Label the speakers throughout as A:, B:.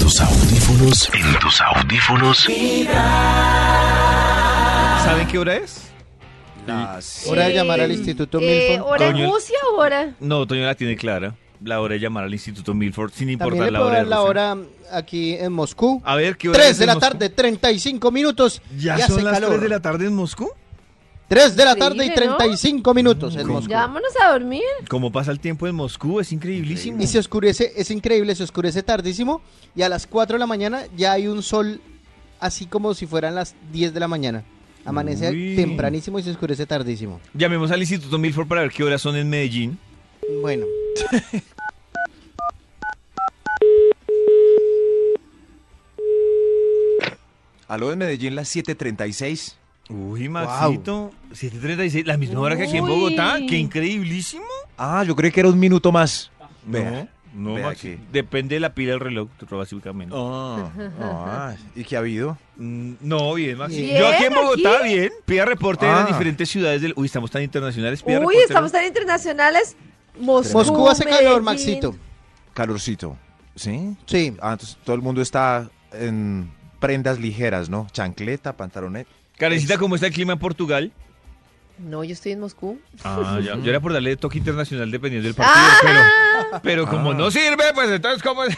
A: tus audífonos. En tus audífonos.
B: ¿Saben qué hora es?
C: Hora de llamar al Instituto
D: Eh,
C: Milford.
D: ¿Hora en
B: Toño.
D: Rusia o hora?
B: No, Toño la tiene clara. La hora de llamar al Instituto Milford, sin
C: También
B: importar
C: le
B: la
C: puedo
B: hora.
C: dar
B: de
C: la
B: Rusia.
C: hora aquí en Moscú.
B: A ver, ¿qué hora
C: 3
B: es
C: de
B: en
C: la
B: Moscú?
C: tarde, 35 minutos.
B: ¿Ya,
C: y hace
B: son las
C: calor.
B: 3 de la tarde en Moscú?
C: 3 de la tarde y
D: Increíble, ¿no?
C: 35 minutos en
B: ¿Cómo?
C: Moscú.
D: Ya vámonos a dormir.
B: ¿Cómo pasa el tiempo en Moscú? Es increíblísimo.
C: Y se oscurece, es increíble, se oscurece tardísimo. Y a las 4 de la mañana ya hay un sol así como si fueran las 10 de la mañana. Amanece
B: Uy.
C: tempranísimo y se oscurece tardísimo.
B: Llamemos al Instituto Milford para ver qué horas son en Medellín.
C: Bueno.
E: Aló de Medellín, las 7:36.
B: Uy, Maxito. 7.36, la misma hora que aquí en
D: Uy.
B: Bogotá. ¡Qué increíblísimo!
E: Ah, yo creí que era un minuto más. Vea.
B: No, no,
E: vea
B: Maxi.
E: que-
B: Depende de la pila del reloj, básicamente.
E: Ah, ah, ¿Y qué ha habido?
B: Mm, No, bien, Maxi.
D: Bien,
B: Yo aquí en Bogotá,
D: aquí.
B: bien. Pida reporte de las
E: Ah.
B: diferentes ciudades del... Uy, estamos tan internacionales. Pida
D: Uy,
B: reporte de-
D: estamos tan internacionales. Moscú,
C: Moscú hace calor,
D: Medellín.
C: Maxito.
E: Calorcito. ¿Sí?
C: Sí.
E: Ah, entonces todo el mundo está en prendas ligeras, ¿no? Chancleta, pantalonet.
B: Karencita, ¿cómo está el clima en Portugal?
D: No, yo estoy en Moscú.
B: Ah, ya. Yo era por darle toque internacional dependiendo del partido,
C: Ah.
B: pero, pero como
E: Ah.
B: no sirve, pues entonces ¿cómo es?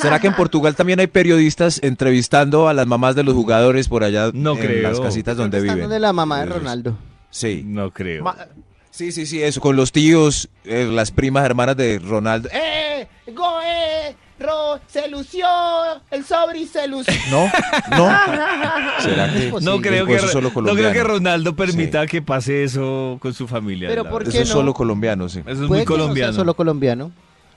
E: ¿Será que en Portugal también hay periodistas entrevistando a las mamás de los jugadores por allá
B: No
E: en
B: creo.
E: las casitas donde
C: Están
E: viven?
C: donde la mamá de
E: Eso es.
C: Ronaldo.
E: Sí.
B: No creo.
E: Ma- Sí, sí, sí, eso, con los tíos, eh, las primas hermanas de Ronaldo. Eh,
F: ¡Eh! ¡Goe! ¡Ro! ¡Se lució! ¡El sobri se lució!
E: No, no. ¿Será que
C: No
B: no,
C: sí,
B: creo
E: eso
B: que,
E: es solo
B: no creo que
E: colombiano.
B: Ronaldo permita que pase eso con su familia.
C: Pero
B: la
C: ¿por
B: verdad.
E: eso es
C: no?
E: solo colombiano, sí.
B: Eso es
C: Puede
B: muy
C: que no sea
B: colombiano.
C: solo colombiano.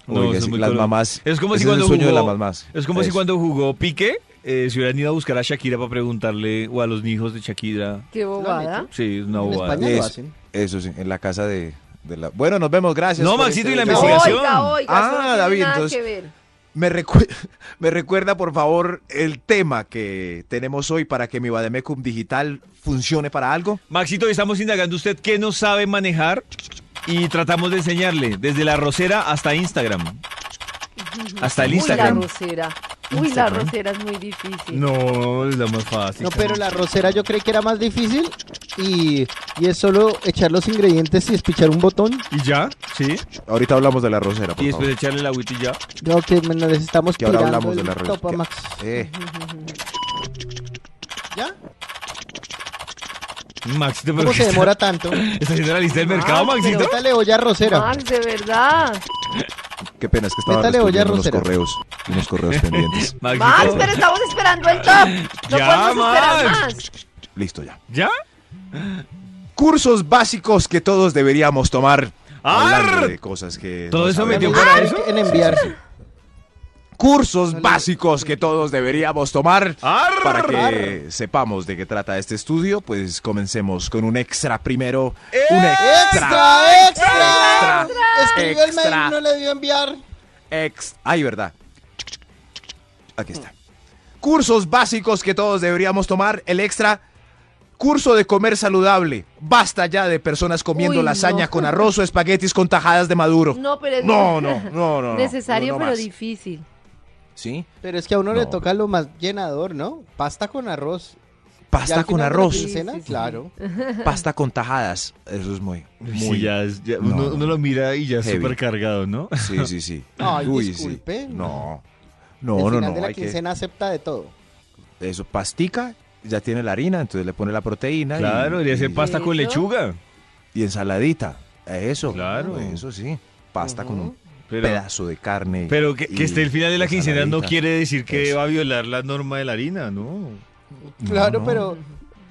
B: No,
E: Oiga,
B: eso es
E: sí,
B: muy
E: las
B: colom-
E: mamás.
B: Es como
E: ese
B: si cuando
E: el sueño
B: jugó,
E: de las mamás.
B: Es como si
E: Eso.
B: cuando jugó Pique, eh, se hubieran ido a buscar a Shakira para preguntarle, o a los hijos de Shakira.
D: Qué bobada.
B: Sí, es una
C: En
B: bobada.
C: España lo
E: Eso,
C: hacen.
E: eso sí, en la casa de, de la. Bueno, nos vemos, gracias.
B: No,
E: por
B: Maxito,
E: este
B: y la
E: video.
B: investigación.
D: Oiga, oiga,
E: Ah,
D: eso no tiene
E: David,
D: nada
E: entonces-
D: que ver.
E: Me, recu- me recuerda, por favor, el tema que tenemos hoy para que mi Bademecum digital funcione para algo.
B: Maxito, hoy estamos indagando usted qué no sabe manejar y tratamos de enseñarle desde la rosera hasta Instagram. Hasta el
D: Uy,
B: Instagram.
D: la rosera. Uy, la rosera es muy difícil.
B: No, es la más fácil.
C: No, pero la rosera yo creí que era más difícil y, y es solo echar los ingredientes y espichar un botón.
B: ¿Y ya? Sí.
E: Ahorita hablamos de la rosera, por
B: Y después
E: favor.
B: de echarle la agüita y ya.
C: Yo que me- nos estamos
E: Que ahora
C: pirando
E: hablamos de
C: el
E: la rosera.
C: Topa Max.
E: Eh,
C: ¿Ya?
B: Maxito, pero
C: ¿Cómo
B: ¿qué
C: se
B: está-
C: demora tanto?
B: ¿Está haciendo la lista del mercado,
D: Max,
B: Maxito?
C: Métale olla rosera.
D: Max, de verdad.
E: qué pena, es que estaba
C: Métale olla
E: respondiendo unos
C: rosera.
E: correos, unos correos pendientes.
D: Max,
B: Maxito.
D: pero estamos esperando el top. No
B: Ya,
D: podemos esperar
B: Max.
D: más.
E: Listo ya.
B: ¿Ya?
E: Cursos básicos que todos deberíamos tomar.
B: ¡Ar!
E: Hablando de cosas que.
B: ¿Todo
E: no
B: eso
E: sabemos.
B: metió para eso?
C: En enviar.
E: Cursos básicos que todos deberíamos tomar.
B: ¡Ar!
E: Para que sepamos de qué trata este estudio, pues comencemos con un extra primero. Un
C: ¡Extra,
E: extra.
C: extra! Escribió el mail,
E: Extra.
C: no le dio enviar.
E: Ex. Ay, verdad. Aquí está. Cursos básicos que todos deberíamos tomar. El extra. Curso de comer saludable. Basta ya de personas comiendo
D: Uy,
E: lasaña
D: no.
E: con arroz o espaguetis con tajadas de maduro.
D: No, pero es
E: no, no, no, no.
D: necesario,
E: no, no
D: pero
E: más.
D: difícil.
E: Sí.
C: Pero es que a uno le
E: No.
C: toca lo más llenador, ¿no? Pasta con arroz. Ya
E: Pasta
C: al
E: con
C: final de la
E: arroz.
D: Sí,
C: quincena,
D: sí, sí.
C: Claro.
E: Pasta con tajadas. Eso es muy. muy
B: Sí, ya, es- ya-
E: No.
B: uno, uno lo mira y ya es
E: Heavy.
B: súper cargado, ¿no?
E: Sí, sí, sí.
C: Ay,
E: Uy,
C: disculpe.
E: sí. No.
C: El
E: No, no,
C: final
E: no.
C: de la
E: hay que-
C: quincena acepta de todo.
E: Eso, pastica, ya tiene la harina, entonces le pone la proteína. y-
B: Claro, debería ser
E: y-
B: pasta con
D: Eso.
B: lechuga.
E: Y ensaladita. Eso.
B: Claro.
E: Eso sí. Pasta con un
B: Pero,
E: pedazo de carne.
B: pero que,
E: y
B: que esté el final de la quincena no
E: ensaladita.
B: quiere decir que
E: Eso.
B: va a violar la norma de la harina, ¿no?
E: No,
C: Claro,
E: no.
C: pero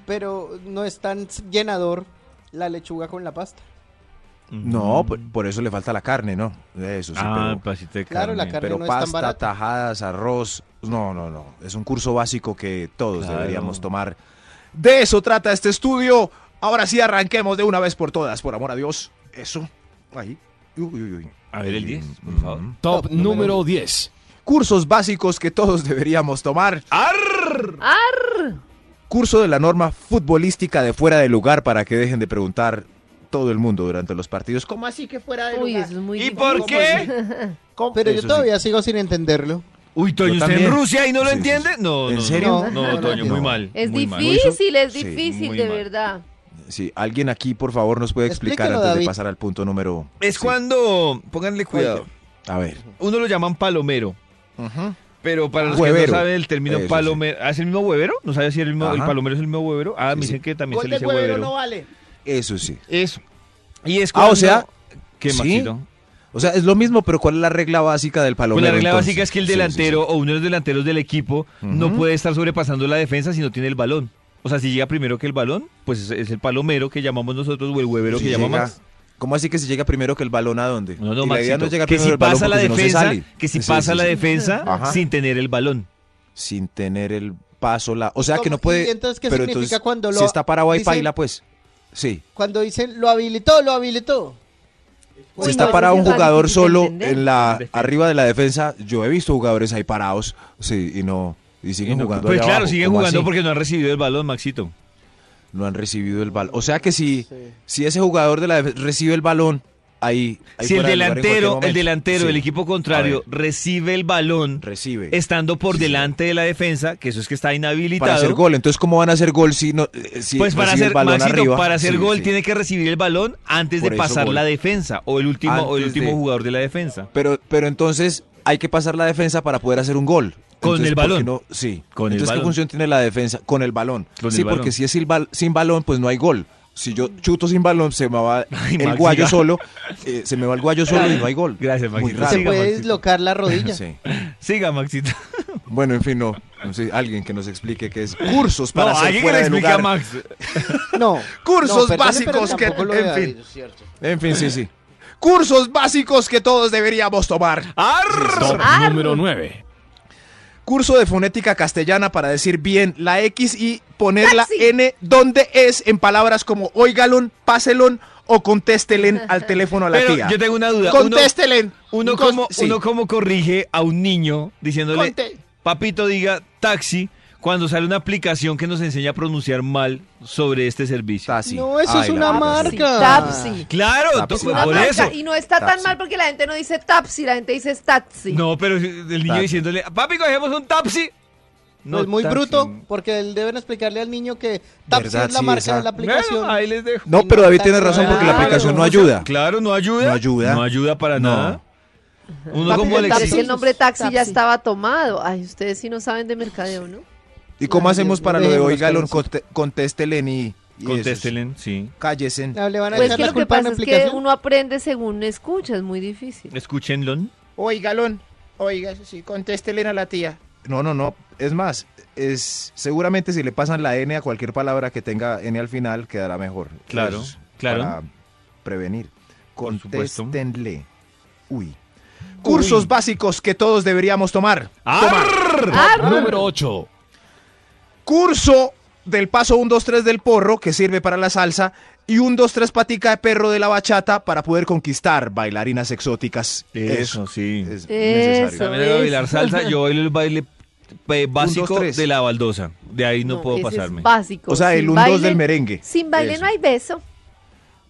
C: pero no es tan llenador la lechuga con la pasta.
E: No, por, por eso le falta la carne, ¿no? Eso sí,
B: Ah,
E: pero-
B: pasita de
C: Claro, la
B: carne.
C: carne
E: pero,
C: no es tan
E: pasta,
C: barata.
E: tajadas, arroz. No, no, no. Es un curso básico que todos
B: Claro.
E: deberíamos tomar. De eso trata este estudio. Ahora sí, arranquemos de una vez por todas, por amor a Dios. Eso. Ahí. Uy, uy, uy.
B: A ver, el 10, por favor.
E: Mm.
A: Top número 10.
E: Cursos básicos que todos deberíamos tomar.
D: ¡Ar!
E: Curso de la norma futbolística de fuera de lugar para que dejen de preguntar todo el mundo durante los partidos. ¿Cómo así?
F: que fuera de
D: Uy,
F: lugar.
D: eso es muy
B: ¿Y
D: difícil.
B: por qué?
C: Pero yo
E: Eso sí.
C: todavía sigo sin entenderlo.
B: Uy, Toño,
E: Yo
B: ¿usted en
E: también.
B: Rusia y no lo
E: Sí, sí,
B: entiende?
E: sí.
B: No,
E: ¿En
B: no,
E: serio?
B: No, no,
C: No, no,
B: Toño,
C: no.
B: muy mal.
D: Es
B: muy mal.
D: difícil, es
E: Sí,
D: difícil,
B: muy
D: de
B: mal.
D: verdad.
E: Sí, alguien aquí, por favor, nos puede explicar
C: Explíquelo,
E: antes de
C: David.
E: pasar al punto número.
B: Es cuando, pónganle cuidado,
E: A ver.
B: uno lo llaman palomero, pero para los que
E: Huevero.
B: no saben el término
E: Eso, sí.
B: palomero, ¿ah, ¿es el mismo huevero? ¿No sabes si el, mismo, el
E: Ajá.
B: palomero es el mismo huevero? Ah,
E: Sí,
B: me
E: sí.
B: dicen que también se
F: Gol
B: le
F: de
B: dice
F: cuero
B: huevero.
F: no vale.
E: Eso sí.
B: Eso. Y es
E: Ah,
B: cuando...
E: o sea,
B: ¿Qué,
E: ¿sí?
B: Maxito?
E: O sea, es lo mismo, pero ¿cuál es la regla básica del palomero?
B: Pues la regla
E: entonces?
B: básica es que el
E: Sí, sí, sí.
B: delantero o uno de los delanteros del equipo no
E: Ujú.
B: puede estar sobrepasando la defensa si no tiene el balón. O sea, si llega primero que el balón, pues es, es el palomero que llamamos nosotros o el huevero
E: Si
B: que llama
E: llega-
B: Max.
E: ¿Cómo así que si llega primero que el balón a dónde?
B: No, no,
E: Y la idea
B: Maxito,
E: no es llegar
B: que
E: primero
B: si
E: el balón
B: pasa la
E: porque si no se
B: defensa,
E: sale.
B: que si
E: Sí,
B: pasa
E: sí,
B: la
E: sí.
B: defensa
E: Ajá.
B: sin tener el balón.
E: Sin tener el paso, la... o sea que
C: ¿Cómo?
E: no puede.
C: ¿Y entonces qué
E: pero
C: significa
E: entonces,
C: cuando lo-
E: Si está parado ahí,
C: dicen-
E: paila, pues. Sí.
C: Cuando dicen lo habilitó, lo habilitó. Pues,
E: si
D: Uy,
E: está
D: no,
E: parado
D: eso
E: un
D: sí está
E: jugador
D: difícil de
E: solo
D: entender.
E: en la
B: Defensa.
E: arriba de la defensa, yo he visto jugadores ahí parados, sí, y no y siguen jugando.
B: pues
E: allá
B: claro,
E: abajo,
B: siguen
E: ¿cómo
B: jugando
E: así?
B: porque no han recibido el balón, Maxito.
E: no han recibido el balón. O sea que si, si ese jugador de la def- recibe el balón ahí, ahí
B: si el
E: fuera de lugar en
B: delantero,
E: cualquier
B: el
E: momento.
B: delantero
E: Sí.
B: del equipo contrario
E: A
B: recibe el balón
E: recibe
B: estando por
E: Sí, sí.
B: delante de la defensa, que eso es que está inhabilitado.
E: para hacer gol, entonces cómo van a hacer gol si no eh, si
B: pues para
E: recibe
B: hacer,
E: el balón
B: Maxito,
E: arriba?
B: para hacer
E: Sí,
B: gol
E: sí.
B: tiene que recibir el balón antes
E: Por
B: de
E: eso
B: pasar
E: gol.
B: la defensa o el último o el
E: Antes
B: último
E: de-
B: jugador de la defensa.
E: Pero pero entonces hay que pasar la defensa para poder hacer un gol.
B: Con
E: Entonces,
B: el
E: ¿por qué
B: balón.
E: no? sí.
B: Con el
E: entonces,
B: balón.
E: ¿qué función tiene la defensa? Con el balón.
B: Con el
E: sí,
B: balón.
E: porque si es sin, bal- sin balón, pues no hay gol. Si yo chuto sin balón, se me va
B: Ay,
E: el
B: Max,
E: guayo
B: siga.
E: solo. eh, se me va el guayo solo y no hay gol.
B: Gracias,
E: Muy
B: Maxito.
E: raro.
C: Se
B: Siga,
C: puede
B: Maxito.
C: dislocar la rodilla.
E: Sí.
B: Siga, Maxito.
E: Bueno, en fin, no. Sí, alguien que nos explique qué es cursos para
B: no,
E: hacer
B: alguien que
E: fuera
B: le
E: de
B: explique a
E: lugar.
B: Max.
C: No.
E: Cursos
C: no, perdone, pero
E: básicos que-
C: tampoco lo de
E: en fin.
C: David, es cierto.
E: En fin, sí, sí. Cursos básicos que todos deberíamos tomar.
B: ¡Arr!
A: Top
D: Arr.
A: número 9.
E: Curso de fonética castellana para decir bien la X y poner
D: Taxi.
E: la N donde es en palabras como oigalon, páselon o contéstelen al teléfono a la
B: Pero
E: tía.
B: yo tengo una duda. Uno,
E: Contéstelen.
B: uno,
E: Con-
B: como,
E: sí.
B: uno como corrige a un niño diciéndole,
F: Conte-
B: papito diga taxi, cuando sale una aplicación que nos enseña a pronunciar mal sobre este servicio.
E: Taxi.
C: No, eso es
E: Ay, la
C: una
E: verdad,
C: marca.
E: sí.
D: Tapsi.
B: Claro,
E: Taxi.
B: to-
D: Una
B: Ah, por
D: marca,
B: eso.
D: Y no está tan
E: Tapsi.
D: mal porque la gente no dice tapsi, la gente dice statsi.
B: No, pero el niño
E: Taxi.
B: diciéndole, papi, cogemos un taxi.
C: No, es Pues muy
B: taxi.
C: bruto porque él- deben explicarle al niño que Tapsi
E: ¿Verdad?
C: es la
E: Sí,
C: marca
E: esa-
C: de la aplicación.
B: Bueno, ahí les dejo.
E: No, pero David tiene razón porque la
D: Claro.
E: aplicación no ayuda.
B: Claro, no ayuda.
E: No ayuda.
B: No ayuda para
E: No.
B: nada. Uno
C: Papi,
B: como
C: del
B: le
D: Pero es
B: exige-
D: que el nombre taxi, ya
C: Tapsi. Pues,
D: estaba tomado. Ay, ustedes sí no saben de mercadeo, ¿no?
E: ¿Y cómo
C: Ay,
E: hacemos
C: Dios
E: para
C: mío.
E: lo de
C: Déjenlos
E: oigalon,
C: con
E: conte- contéstelen y, y
B: Contéstelen, sí.
E: esos? Cállesen.
C: No, Le van a
D: Pues
C: echar
D: que
C: la
D: lo que
C: culpa a una
D: pasa es que
C: aplicación.
D: uno aprende según escucha, es muy difícil.
B: Escúchenlo.
F: Oigalón. Oiga, sí, contéstelen a la tía.
E: No, no, no. Es más, es seguramente si le pasan la N a cualquier palabra que tenga N al final, quedará mejor.
B: Claro,
E: Es
B: claro.
E: Para prevenir.
B: Por supuesto.
E: Contéstenle. Uy. Cursos básicos que todos deberíamos tomar.
B: ¡Arr!
A: Número 8.
E: Curso del paso 1, 2, 3 del porro, que sirve para la salsa, y un 2, 3 patica de perro de la bachata para poder conquistar bailarinas exóticas.
B: Eso, sí.
E: es
D: Eso.
E: necesario.
B: También debo bailar salsa. Yo bailo el baile eh, básico
E: dos, tres.
B: de la baldosa. De ahí no, puedo
D: ese es
B: pasarme.
D: básico.
E: O sea,
D: Sin
E: el 1, 2
D: baile-
E: del merengue.
D: Sin baile
E: Eso.
D: no hay beso.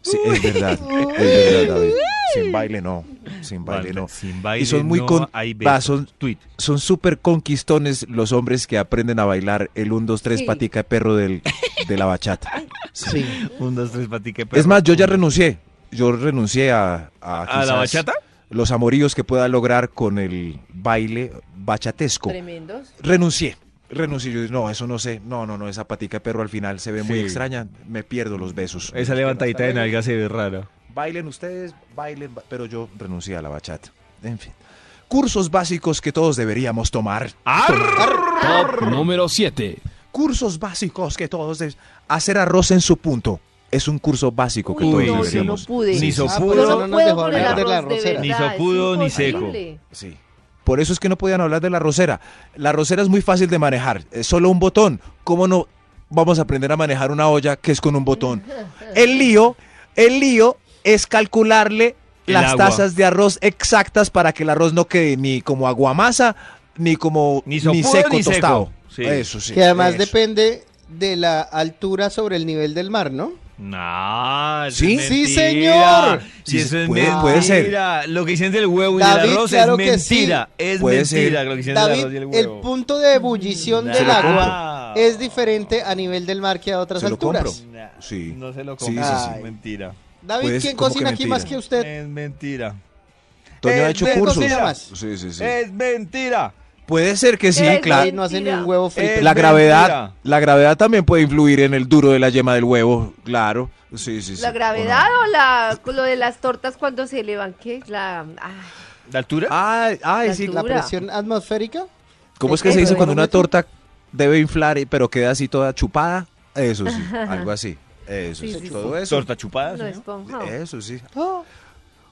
E: Sí, es verdad. es verdad, David. Sin baile no. Sin baile no.
B: Sin baile
E: y son muy
B: no
E: con-
B: hay
E: va,
B: beso.
E: son,
B: Tweet.
E: son súper conquistones los hombres que aprenden a bailar el 1, 2, 3
D: Sí.
E: patica de perro del, de la bachata. Sí.
B: Un, dos, tres, patique.
E: Es más, yo ya renuncié. Yo renuncié a... ¿A,
B: ¿A la
E: quizás
B: bachata?
E: Los amoríos que pueda lograr con el baile bachatesco.
D: Tremendos.
E: Renuncié. Renuncié. Yo dije, no, eso no sé. No, no, no. Esa patica de perro al final se ve muy
B: Sí.
E: extraña. Me pierdo los besos.
B: Esa levantadita de nalga se ve rara.
E: Bailen ustedes, bailen, ba- pero yo renuncié a la bachata. En fin. Cursos básicos que todos deberíamos tomar.
A: Top número 7.
E: Cursos básicos que todos deb- hacer arroz en su punto. Es un curso básico que
B: Uy,
E: todos
B: no, yo no
E: deberíamos.
D: pude.
B: Ni
E: Sí, sí, sí.
C: Ah, por
B: Yo
C: eso
B: no
C: no nos dejó
D: con el
C: hablar de la
D: arroz, de
C: rocera.
B: Ni
D: verdad, es
B: sopudo, ni seco.
D: imposible.
E: Sí. Por eso es que no podían hablar de la rosera. La rosera es muy fácil de manejar. Es solo un botón. ¿Cómo no vamos a aprender a manejar una olla que es con un botón? El lío, el lío es calcularle
B: El
E: las
B: agua.
E: tazas de arroz exactas para que el arroz no quede ni como aguamasa, ni como
B: Ni sopudo,
E: seco
B: ni seco.
E: tostado.
B: Sí.
E: Eso sí.
C: Que además
E: eso.
C: depende de la altura sobre el nivel del mar, ¿no?
B: No, eso
E: ¿Sí?
B: es
C: Sí,
B: mentira.
C: señor.
B: Sí, eso es
E: Puede-
B: mentira.
E: puede ser.
B: Lo que dicen del huevo y
C: David,
B: del arroz
C: claro
B: es
C: que sí.
B: mentira. Es
E: Puede ser.
B: mentira lo que dicen del arroz y
C: David,
B: el
C: el
B: huevo. Mm,
C: punto de ebullición del
B: Nah.
C: agua es diferente a nivel del mar que a otras
E: Se lo compro.
C: alturas.
B: Nah,
E: Sí.
B: No se lo
E: Sí,
B: como.
C: sí, sí.
B: Ay, Mentira.
C: David,
E: Pues,
C: ¿quién
E: ¿cómo que
C: cocina aquí
E: mentira?
C: más que usted?
B: Es mentira.
E: Toño
B: Eh,
E: ha hecho
B: de-
E: cursos.
C: cocina más.
E: Sí, sí, sí.
B: Es mentira.
E: Puede ser que sí,
D: Eh,
E: claro.
C: David Ah, no hace ni un
D: Mentira.
C: huevo frito.
B: es
E: La gravedad,
B: Eh, mentira.
E: la gravedad también puede influir en el duro de la yema del huevo, claro. Sí, sí, sí.
D: ¿La
E: ¿O no?
D: gravedad o la, lo de las tortas cuando se elevan? ¿Qué? La, ah,
B: ¿La altura?
E: Ah, ah, sí.
C: La
D: dura.
C: presión atmósferica.
E: ¿Cómo es que
D: Eso,
E: se dice
D: ¿eh?
E: cuando una
D: ¿Cómo es?
E: torta debe inflar eh, pero queda así toda chupada? Eso sí, algo así. Eso
D: Sí,
E: sí,
D: sí,
E: todo
D: sí.
E: eso.
B: Torta chupada.
D: no
B: señor?
D: esponja.
E: Eso sí.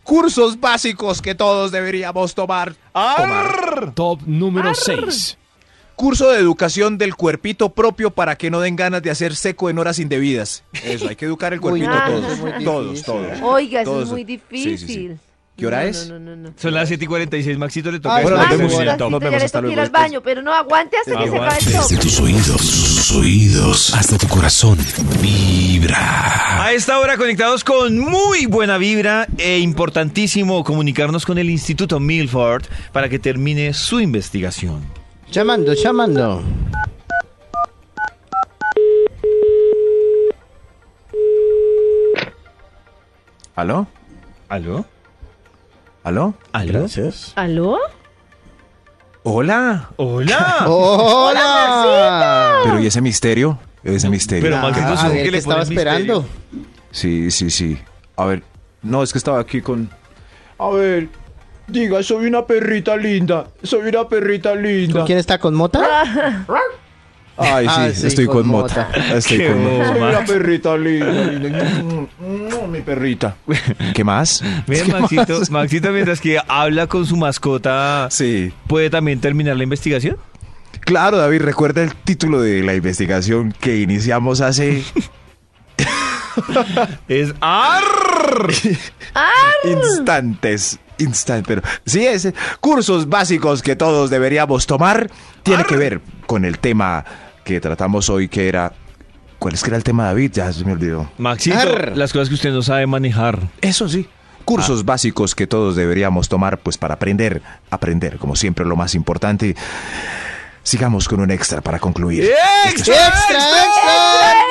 E: Cursos básicos que todos deberíamos tomar.
B: ¡Arr!
A: Top número 6.
E: Curso de educación del cuerpito propio para que no den ganas de hacer seco en horas indebidas. Eso, hay que educar el
C: Uy,
E: cuerpito
D: no,
E: todos.
D: eso es
C: muy difícil.
E: Todos, todos.
D: Oiga, eso
E: Todos.
D: es muy
E: Sí,
D: difícil.
E: sí, sí. ¿Qué hora
D: No,
E: es?
D: No, no, no. no.
B: Son las 7 y 46. Maxito le toca.
C: Ay,
E: Bueno, nos
D: Ay,
B: descansar.
E: vemos en
D: pobrecito,
E: el top. Nos
D: ya
E: vemos,
D: le
E: hasta
D: toca ir
E: luego,
D: al
E: después.
D: baño, pero no aguante hasta que se acabe
B: Aguante.
D: el top.
G: Desde tus oídos, sus oídos, hasta tu corazón. Vibra.
B: A esta hora conectados con muy buena vibra e importantísimo comunicarnos con el Instituto Milford para que termine su investigación.
C: Llamando, llamando.
E: ¿Aló?
B: ¿Aló?
E: ¿Aló?
B: ¿Aló?
D: ¿Aló?
E: Hola.
B: ¡Hola!
C: ¡Hola!
E: Pero ¿y ese misterio? Ese misterio.
B: pero Maxito,
C: Ah,
B: supongo
C: a ver,
B: que
C: ¿qué
B: le
C: estaba
B: pones
C: esperando?
B: misterio.
E: Sí, sí, sí. A ver, no, es que estaba aquí con... A ver, diga, soy una perrita linda. Soy una perrita
C: ¿Con
E: linda.
C: quién está? ¿Con Mota?
E: Ay, sí,
C: Ah, sí,
E: estoy
C: con
E: con, Mota. Estoy
B: Qué
E: con Mota.
B: bobo,
E: Soy una
B: Max.
E: perrita linda. linda. Mm, mm, Mi perrita. ¿Qué más?
B: Mira,
E: ¿Qué
B: Maxito,
E: más?
B: Maxito, mientras que habla con su mascota,
E: Sí.
B: ¿puede también terminar la investigación?
E: Claro, David, recuerda el título de la investigación que iniciamos hace
B: Es ¡Arr!
E: instantes. Instantes. Pero sí, es eh, cursos básicos que todos deberíamos tomar. Tiene que ver con el tema que tratamos hoy, que era. ¿Cuál es que era el tema, David? Ya se me olvidó.
B: Maxito,
C: Arr.
B: las cosas que usted no sabe manejar.
E: Eso sí. Cursos básicos que todos deberíamos tomar, pues para aprender, aprender, como siempre, lo más importante. Sigamos con un extra para concluir.
C: ¡Extra, extra!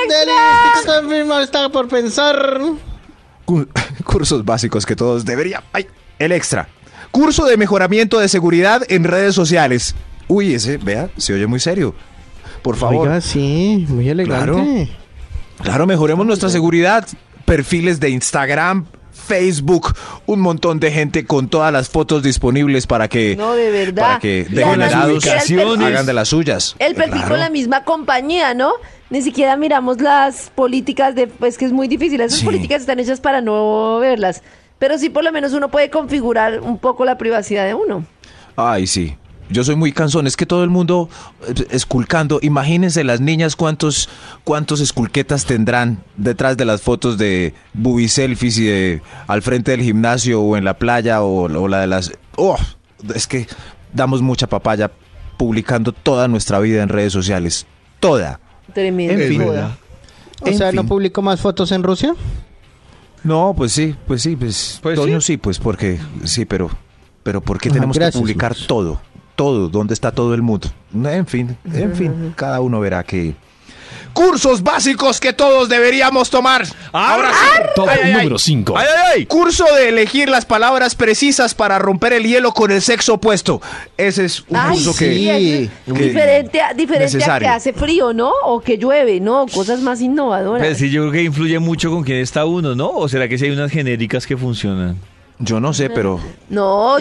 C: Del Instituto Milford está por pensar.
E: Cu- cursos básicos que todos deberían. ¡Ay! El extra. Curso de mejoramiento de seguridad en redes sociales. Uy, ese, vea, se oye muy serio. Por favor.
C: Oiga, sí, muy elegante.
E: Claro, mejoremos nuestra seguridad. Perfiles de Instagram, Facebook, un montón de gente con todas las fotos disponibles para que,
D: No, de verdad.
E: para que
D: Y además ni
E: degenerados
D: siquiera el perfil-
E: hagan de las suyas.
D: El perfil
E: Claro.
D: con la misma compañía, ¿no? Ni siquiera miramos las políticas de, pues que es muy difícil. Esas
E: Sí.
D: políticas están hechas para no verlas. Pero sí por lo menos uno puede configurar un poco la privacidad de uno.
E: Ay, sí. Yo soy muy cansón, es que todo el mundo eh, esculcando. Imagínense las niñas cuántos, cuántos esculquetas tendrán detrás de las fotos de booby selfies y de al frente del gimnasio o en la playa o, o la de las. ¡Oh! Es que damos mucha papaya publicando toda nuestra vida en redes sociales. Toda.
D: Tremendo.
E: En fin.
C: O sea,
E: En
C: ¿no
E: fin.
C: publicó más fotos en Rusia?
E: No, pues sí, pues sí, pues.
B: Pues
E: Toño, sí. pues porque. Sí, pero. Pero ¿por qué
D: Ah,
C: Ajá,
E: tenemos
C: gracias,
E: que publicar
C: Luz.
E: todo? Todo, ¿dónde está todo el mundo? En fin, en fin, cada uno verá que. Cursos básicos que todos deberíamos tomar. Ahora sí.
A: Top número 5.
B: ¡Ay, ay, ay!
E: Curso de elegir las palabras precisas para romper el hielo con el sexo opuesto. Ese es un
D: Ay,
E: curso
D: sí,
E: que.
D: es
E: que-
D: diferente a, diferente a que
E: necesario.
D: hace frío, ¿no? O que llueve, ¿no? Cosas más innovadoras.
B: Pues sí, yo creo que influye mucho con quién está uno, ¿no? ¿O será que si hay unas genéricas que funcionan?
E: Yo no sé, pero.
D: no,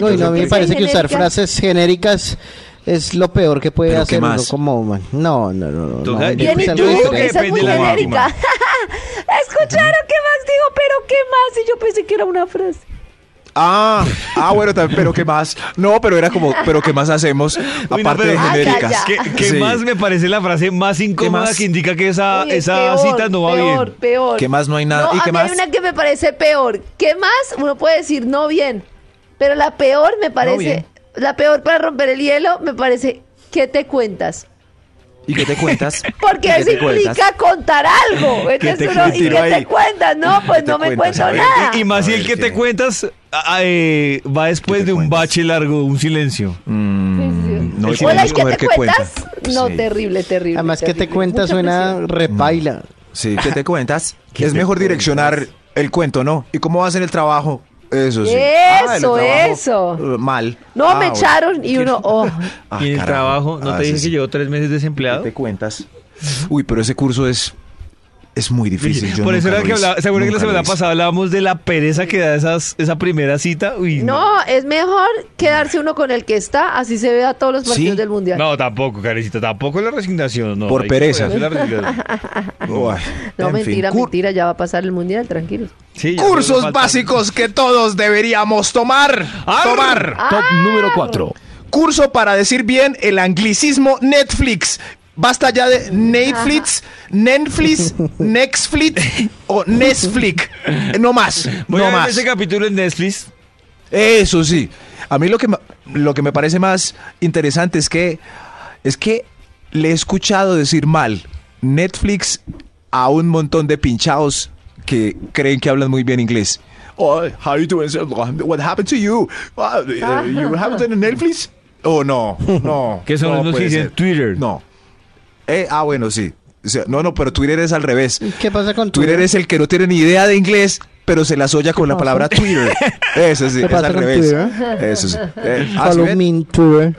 C: No,
D: yo
C: y no,
D: creo
C: a mí me
D: sí
C: parece
D: hay
C: que usar
D: genéricas.
C: frases genéricas es lo peor que puede
E: ¿Pero qué
C: hacer uno
E: más?
C: como humano. No, no, no. no,
B: Toca-
C: no,
B: Bien,
C: es
D: Tiene
B: Depende
C: algo
D: yo,
B: creo que
C: diferente.
D: esa es muy
B: depende de la
D: genérica. Escucharon que Max dijo, pero ¿qué más? Y yo pensé que era una frase.
E: Ah, ah, bueno, tam- pero ¿qué más? No, pero era como, pero ¿qué más hacemos?
B: Uy,
E: Aparte
B: no,
E: de
B: pero- Ah,
D: Ay,
E: genéricas.
D: ya,
B: ¿Qué, qué
E: Sí.
B: más me parece la frase más incómoda
E: más?
B: que indica que esa,
D: Oye,
B: Ah, esa
D: peor,
B: cita no va
D: peor,
B: bien?
D: Peor,
E: ¿Qué más no hay nada?
D: No,
E: ¿Y qué
D: a mí
E: más?
D: hay una que me parece peor. ¿Qué más? Uno puede decir no bien. Pero la peor me parece.
E: bien.
D: la peor para romper el hielo me parece. ¿Qué te cuentas?
H: ¿Y qué te cuentas?
D: Porque
H: ¿Y qué
D: eso
H: te cuentas?
D: implica contar algo. Entonces
H: te
D: uno, ¿y qué
H: tiro ahí?
D: te cuentas? No, pues
H: ¿Qué te
D: no me
H: cuentas?
D: cuento
H: A ver,
D: nada.
B: Y, y más si el que
H: ¿qué?
B: te cuentas ah, eh, va después
H: ¿Qué te
B: de un
H: cuentas?
B: bache largo, un silencio.
D: Mm,
H: no,
D: Hola,
H: y
D: ¿y
H: tenemos
D: qué
H: que ver
D: te
H: qué cuenta.
D: cuentas? No,
H: Sí.
D: terrible, terrible.
C: Además que te
D: terrible.
C: cuenta
D: Mucha
C: suena
D: presión.
C: repaila.
H: Sí, ¿qué te cuentas?
E: Que es mejor direccionar el cuento, ¿no? ¿Y cómo hacen el trabajo? Eso sí. Ah, el
D: Eso,
E: trabajo,
D: eso.
E: eh, Mal.
D: No,
E: Ah,
D: me
E: bueno.
D: echaron y uno, oh,
E: Ah,
B: y en el
E: carajo.
B: trabajo, ¿no
E: Ah,
B: te
E: sí,
B: dije
E: sí.
B: que llevo tres meses desempleado?
H: ¿Qué te cuentas?
E: Uy, pero ese curso es, es muy difícil. yo
B: Por eso era
E: nunca lo
B: que
E: hice,
B: hablaba, ¿se acuerdan que la
E: nunca lo
B: semana
E: hice.
B: pasada hablábamos de la pereza que da esas, esa primera cita? Uy,
D: no, es mejor quedarse uno con el que está, así se ve a todos los partidos
E: Sí.
D: del mundial.
B: No, tampoco, Carecita, tampoco la resignación. No,
E: Por
B: Hay que
E: pereza.
B: ponerse la resignación.
E: Uy,
D: No,
E: en fin.
D: mentira,
E: Cur-
D: mentira, ya va a pasar el mundial, tranquilos.
B: Sí, ya solo
E: Cursos
B: falta-
E: básicos que todos deberíamos tomar.
B: Ar-
E: Tomar.
B: Ah.
A: Top número 4.
E: Curso para decir bien el anglicismo Netflix. Basta ya de Netflix, Netflix, Netflix o Netflix. No más,
B: Voy a
E: no
B: ver
E: más.
B: ese capítulo en Netflix.
E: Eso sí. A mí lo que, ma- lo que me parece más interesante es que, es que le he escuchado decir mal Netflix a un montón de pinchados que creen que hablan muy bien inglés. Oh, how you doing? sir? What happened to you? Oh, uh, you haven't done Netflix? Oh, no, no.
B: Que son
E: no
B: los que
E: puede
B: dicen
E: ser.
B: Twitter.
E: No. Eh, ah, bueno, sí. O sea, no, no, pero Twitter es al revés.
C: Mm. ¿Qué pasa con
E: Twitter es el que no tiene ni idea de inglés, pero se la soya con la
C: pasa?
E: palabra Twitter. Eso sí,
C: ¿Qué
E: es
C: pasa
E: al
C: con
E: revés.
C: Twitter?
E: Eso sí. Eh, ah, ¿sí
C: Follow
E: ven?
C: me in Twitter.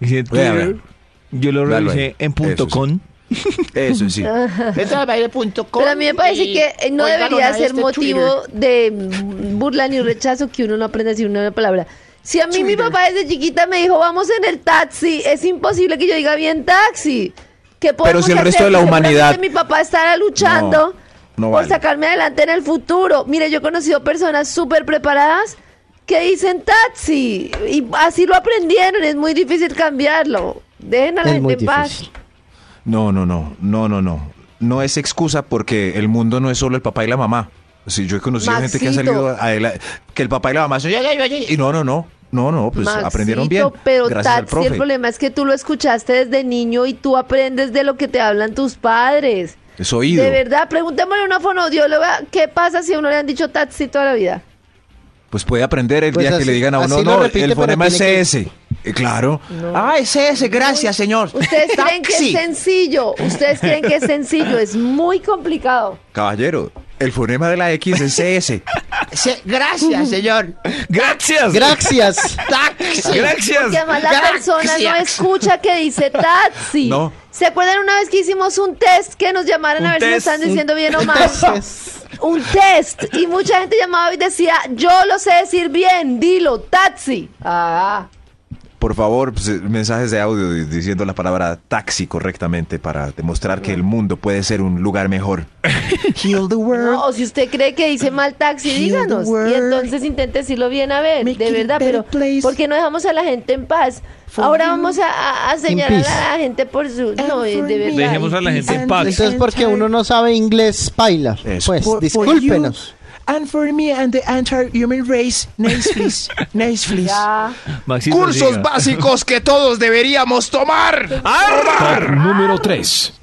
B: Dicen
E: Vea, vea.
B: Twitter. Yo lo
E: Dalo ahí.
B: revisé en
E: Eso
B: punto
E: sí.
B: com.
E: Eso sí.
F: Entonces, va a ir a punto com
D: Pero a mí me parece
F: y
D: que eh, no
F: oigan,
D: debería
F: oigan,
D: ser
F: este
D: motivo de mm, burla ni rechazo que uno no aprenda a decir una palabra. Si a mí mi papá desde chiquita me dijo, vamos en el taxi, es imposible que yo diga bien taxi. ¿Qué podemos
E: si el
D: hacer?
E: resto de la
D: Seguramente
E: humanidad-
D: Mi papá estará luchando
E: No, no
D: por
E: vale.
D: sacarme adelante en el futuro. Mire, yo he conocido personas súper preparadas que dicen taxi y así lo aprendieron. Es muy difícil cambiarlo. Dejen a la
C: Es
D: gente
C: muy
D: en paz.
C: difícil.
E: No, no, no, no, no, no. No es excusa porque el mundo no es solo el papá y la mamá. Si yo he conocido gente que ha
D: Maxito.
E: salido adelante, que el papá y la mamá son, "Ya, ya, ya, ya", y no, no, no, no, no, pues
D: Maxito,
E: aprendieron bien.
D: Pero
E: gracias al
D: taxi,
E: profe.
D: el problema es que tú lo escuchaste desde niño y tú aprendes de lo que te hablan tus padres.
E: Es oído.
D: De verdad, preguntémosle a una fonoaudióloga qué pasa si a uno le han dicho taxi toda la vida.
E: Pues puede aprender el
C: Pues
E: día
C: así-
E: que le digan a
C: así
E: uno,
C: lo
E: no,
C: repite,
E: el
C: pero
E: fonema es
C: tiene que-
E: ese. Eh, Claro.
H: Ah, es ese, gracias, señor.
D: Ustedes creen que es
H: Taxi.
D: sencillo, ustedes creen que es sencillo, es muy complicado.
E: Caballero, el fonema de la X es ese.
F: Se- gracias, señor.
B: ¡Gracias!
C: Gracias.
F: Taxi.
B: ¡Gracias!
D: Porque además la persona no escucha que dice taxi.
E: No.
D: ¿Se acuerdan una vez que hicimos un test que nos llamaran
B: Un
D: a ver si nos
B: test,
D: están
B: un-
D: diciendo bien o mal?
C: Gracias.
D: un test y mucha gente llamaba y decía, yo lo sé decir bien, dilo, taxi. Ah,
E: Por favor, pues, eh, mensajes de audio di- diciendo la palabra taxi correctamente para demostrar que el mundo puede ser un lugar mejor.
H: Heal the world.
D: no, o si usted cree que dice mal taxi,
H: Heal the
D: díganos.
H: world.
D: Y entonces intente decirlo bien, a ver,
H: Make
D: de
H: it a
D: verdad,
H: better
D: pero
H: place.
D: ¿por qué no dejamos a la gente en paz?
H: For
D: Ahora
H: you
D: vamos a- a, a señalar
C: peace.
D: a la gente por su... No,
H: for
D: de
H: me.
D: verdad.
B: Dejemos a la gente en paz.
C: Entonces, porque uno no sabe inglés, paila.
E: Eso.
C: Pues,
H: For- for
C: discúlpenos.
H: you And for me and the entire human race, Netflix, Netflix.
D: Ya.
B: Maxito, siga.
E: básicos que todos deberíamos tomar.
A: Top número 3.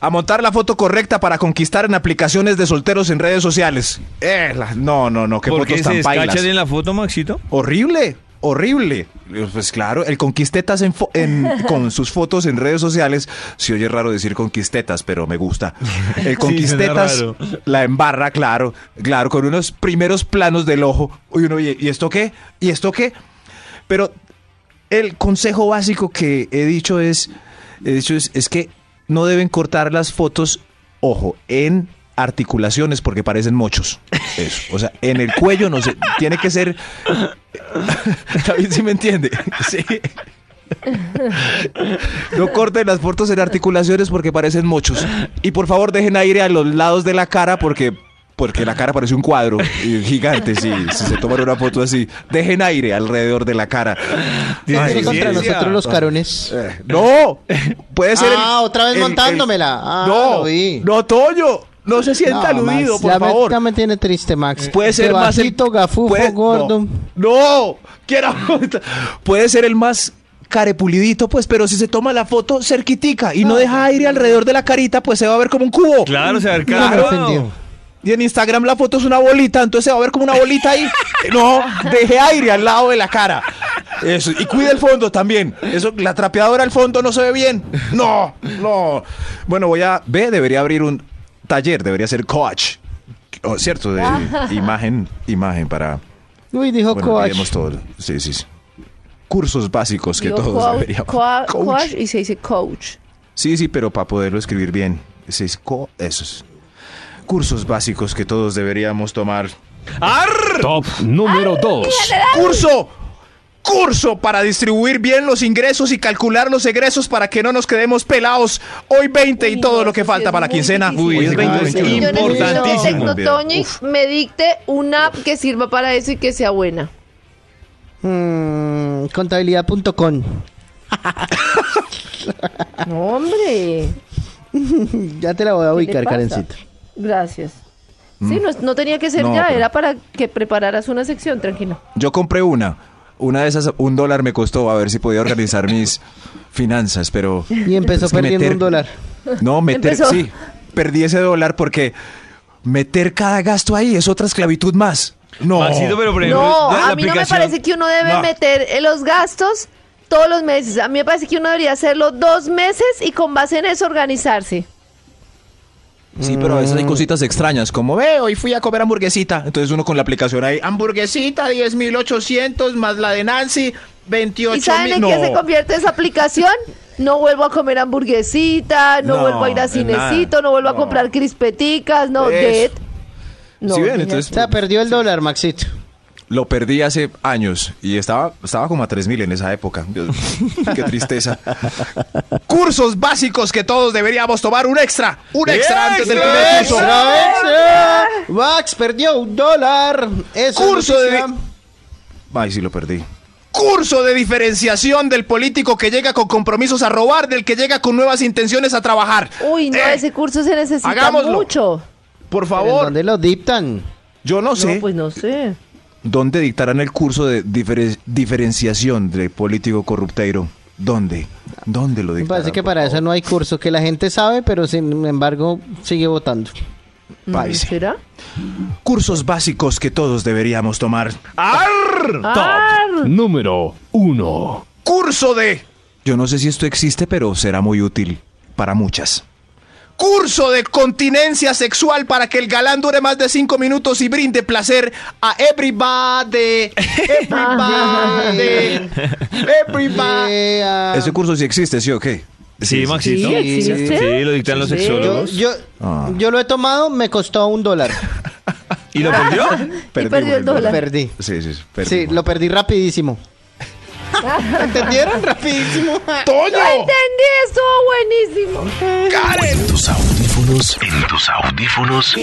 E: A montar la foto correcta para conquistar en aplicaciones de solteros en redes sociales. Eh, la- no, no, no, qué
B: ¿Por qué
E: fotos
B: se
E: tan pailas.
B: descachan en la foto, Maxito?
E: Horrible, horrible. Pues claro, el conquistetas en fo- en- con sus fotos en redes sociales. Se oye raro decir conquistetas, pero me gusta. El conquistetas
B: suena raro.
E: la embarra, claro, claro, con unos primeros planos del ojo. Y uno, "Oye, ¿y esto qué? ¿Y esto qué? Pero el consejo básico que he dicho es, he dicho es, es que no deben cortar las fotos, ojo, en articulaciones porque parecen mochos. Eso. O sea, en el cuello no se tiene que ser. David sí me entiende. Sí. No corten las fotos en articulaciones porque parecen mochos. Y por favor dejen aire a los lados de la cara porque porque la cara parece un cuadro eh, gigante si, si se toman una foto así. Dejen aire alrededor de la cara.
B: Ay,
C: Eso contra
B: ciencia.
C: nosotros los carones.
E: Eh, no, puede ser. el-
C: Ah, otra vez
E: el- el-
C: montándomela. Ah, lo
E: no,
C: vi.
E: no, Toño, no se
C: No,
E: sienta aludido,
C: Max,
E: por
C: ya me-
E: favor.
C: ya me tiene triste, Max.
E: Puede ser
C: De
E: más em- el
C: bajito, gafufo,
E: puede-
C: gordo.
E: No, no, quiera- puede ser el más carepulidito, pues, pero si se toma la foto cerquitica y no deja aire alrededor de la carita, pues se va a ver como un cubo.
B: Claro, se va a ver
C: No me
B: caro.
C: ofendió.
E: Y en Instagram la foto es una bolita, entonces se va a ver como una bolita ahí. No, deje aire al lado de la cara. Eso, y cuide el fondo también. Eso, la trapeadora al fondo no se ve bien. No, no. Bueno, voy a. Ve, debería abrir un taller, debería ser coach. O, cierto, de imagen, imagen para.
C: Uy, dijo
E: Bueno,
C: coach.
E: miremos todo. Sí, sí, sí. Cursos básicos que
D: Digo,
E: todos
D: coach,
E: deberíamos.
D: coa-
E: Coach.
D: coach y se dice coach.
E: Sí, sí, pero para poderlo escribir bien. Ese es co- esos. Cursos básicos que todos deberíamos tomar.
A: Top número 2.
E: ¡Curso! Curso para distribuir bien los ingresos y calcular los egresos para que no nos quedemos pelados. Hoy 20 y
D: Uy,
E: todo
D: no,
E: lo que
D: eso sí
E: falta
D: es
E: para la
D: muy
E: quincena.
D: difícil.
B: Uy,
E: Hoy
B: es 20,
E: veintiuno.
B: 21.
D: Yo necesito que
B: Importantísimo.
D: Tecno Toñi
E: Uf.
D: me dicte una app que sirva para eso y que sea buena.
C: Mm, contabilidad.com.
D: No, hombre.
C: Ya te la voy a
D: ¿Qué le
C: ubicar,
D: pasa?
C: Karencita.
D: Gracias. Sí, no, no tenía que ser
E: Mm. No,
D: ya,
E: pero-
D: era para que prepararas una sección, tranquilo.
E: Yo compré una. Una de esas, un dólar me costó a ver si podía organizar mis finanzas, pero.
C: Y empezó
E: Es que
C: perdiendo
E: meter-
C: un dólar.
E: No, meter,
D: Empezó.
E: sí, perdí ese dólar porque meter cada gasto ahí es otra esclavitud más. No,
B: Maxito, pero por ejemplo,
D: No,
B: la
D: a mí no me
B: aplicación-
D: parece que uno debe
E: No.
D: meter eh, los gastos todos los meses. A mí me parece que uno debería hacerlo dos meses y con base en eso organizarse.
E: sí, pero a veces hay cositas extrañas como, ve, hoy fui a comer hamburguesita. Entonces uno con la aplicación ahí,
H: Hamburguesita 10.800 más la de Nancy
D: ¿Y
H: 28
D: saben en qué se convierte esa aplicación? No vuelvo a comer hamburguesita, no,
E: No,
D: vuelvo a ir a
E: en
D: cinecito,
E: nada.
D: no vuelvo a
E: No.
D: comprar crispeticas, no, dead.
E: Eso.
D: No,
E: Sí, ven,
D: niña.
E: entonces-
C: O sea, perdió el dólar, Maxito.
E: Lo perdí hace años y estaba, estaba como a 3000 en esa época. Dios, qué tristeza. Cursos básicos que todos deberíamos tomar un extra. Un extra antes del primer curso.
C: ¡Extra, extra! Max perdió un dólar. Eso es
E: Curso de-
C: noticia.
E: Ay, sí lo perdí. Curso de diferenciación del político que llega con compromisos a robar, del que llega con nuevas intenciones a trabajar.
D: Uy, no,
E: Eh,
D: ese curso se necesita
E: hagámoslo.
D: mucho.
C: ¿Pero
E: Por
C: en
E: favor,
C: ¿Dónde lo dictan?
E: yo no sé
D: No, pues no sé.
E: dónde dictarán el curso de diferen- diferenciación del político corrupteiro. ¿Dónde? ¿Dónde lo
C: Me
E: dictarán?
C: parece que
E: por
C: para
E: favor?
C: eso no hay curso que la gente sabe, pero sin embargo sigue votando.
E: Paisa.
D: ¿Será?
E: Cursos básicos que todos deberíamos tomar.
D: Arr.
A: Top número 1.
E: Curso de... Yo no sé si esto existe, pero será muy útil para muchas. Curso de continencia sexual para que el galán dure más de 5 minutos y brinde placer a everybody. Everybody. everybody.
C: Eh,
E: Ese curso sí existe, ¿sí o qué?
B: Sí, Maxito.
D: Sí, existe.
B: Sí, lo dictan los
D: Sí.
C: yo,
B: sexólogos.
C: yo,
E: Ah.
C: yo lo he tomado, me costó un dólar.
B: ¿Y lo perdió?
D: y perdió el
C: Lo
D: dólar.
C: perdí.
E: Sí, sí,
C: Sí, lo perdí rapidísimo. ¿Entendieron? Rapidísimo.
D: ¡No entendí! ¡Estuvo buenísimo!
G: En tus audífonos. En tus audífonos.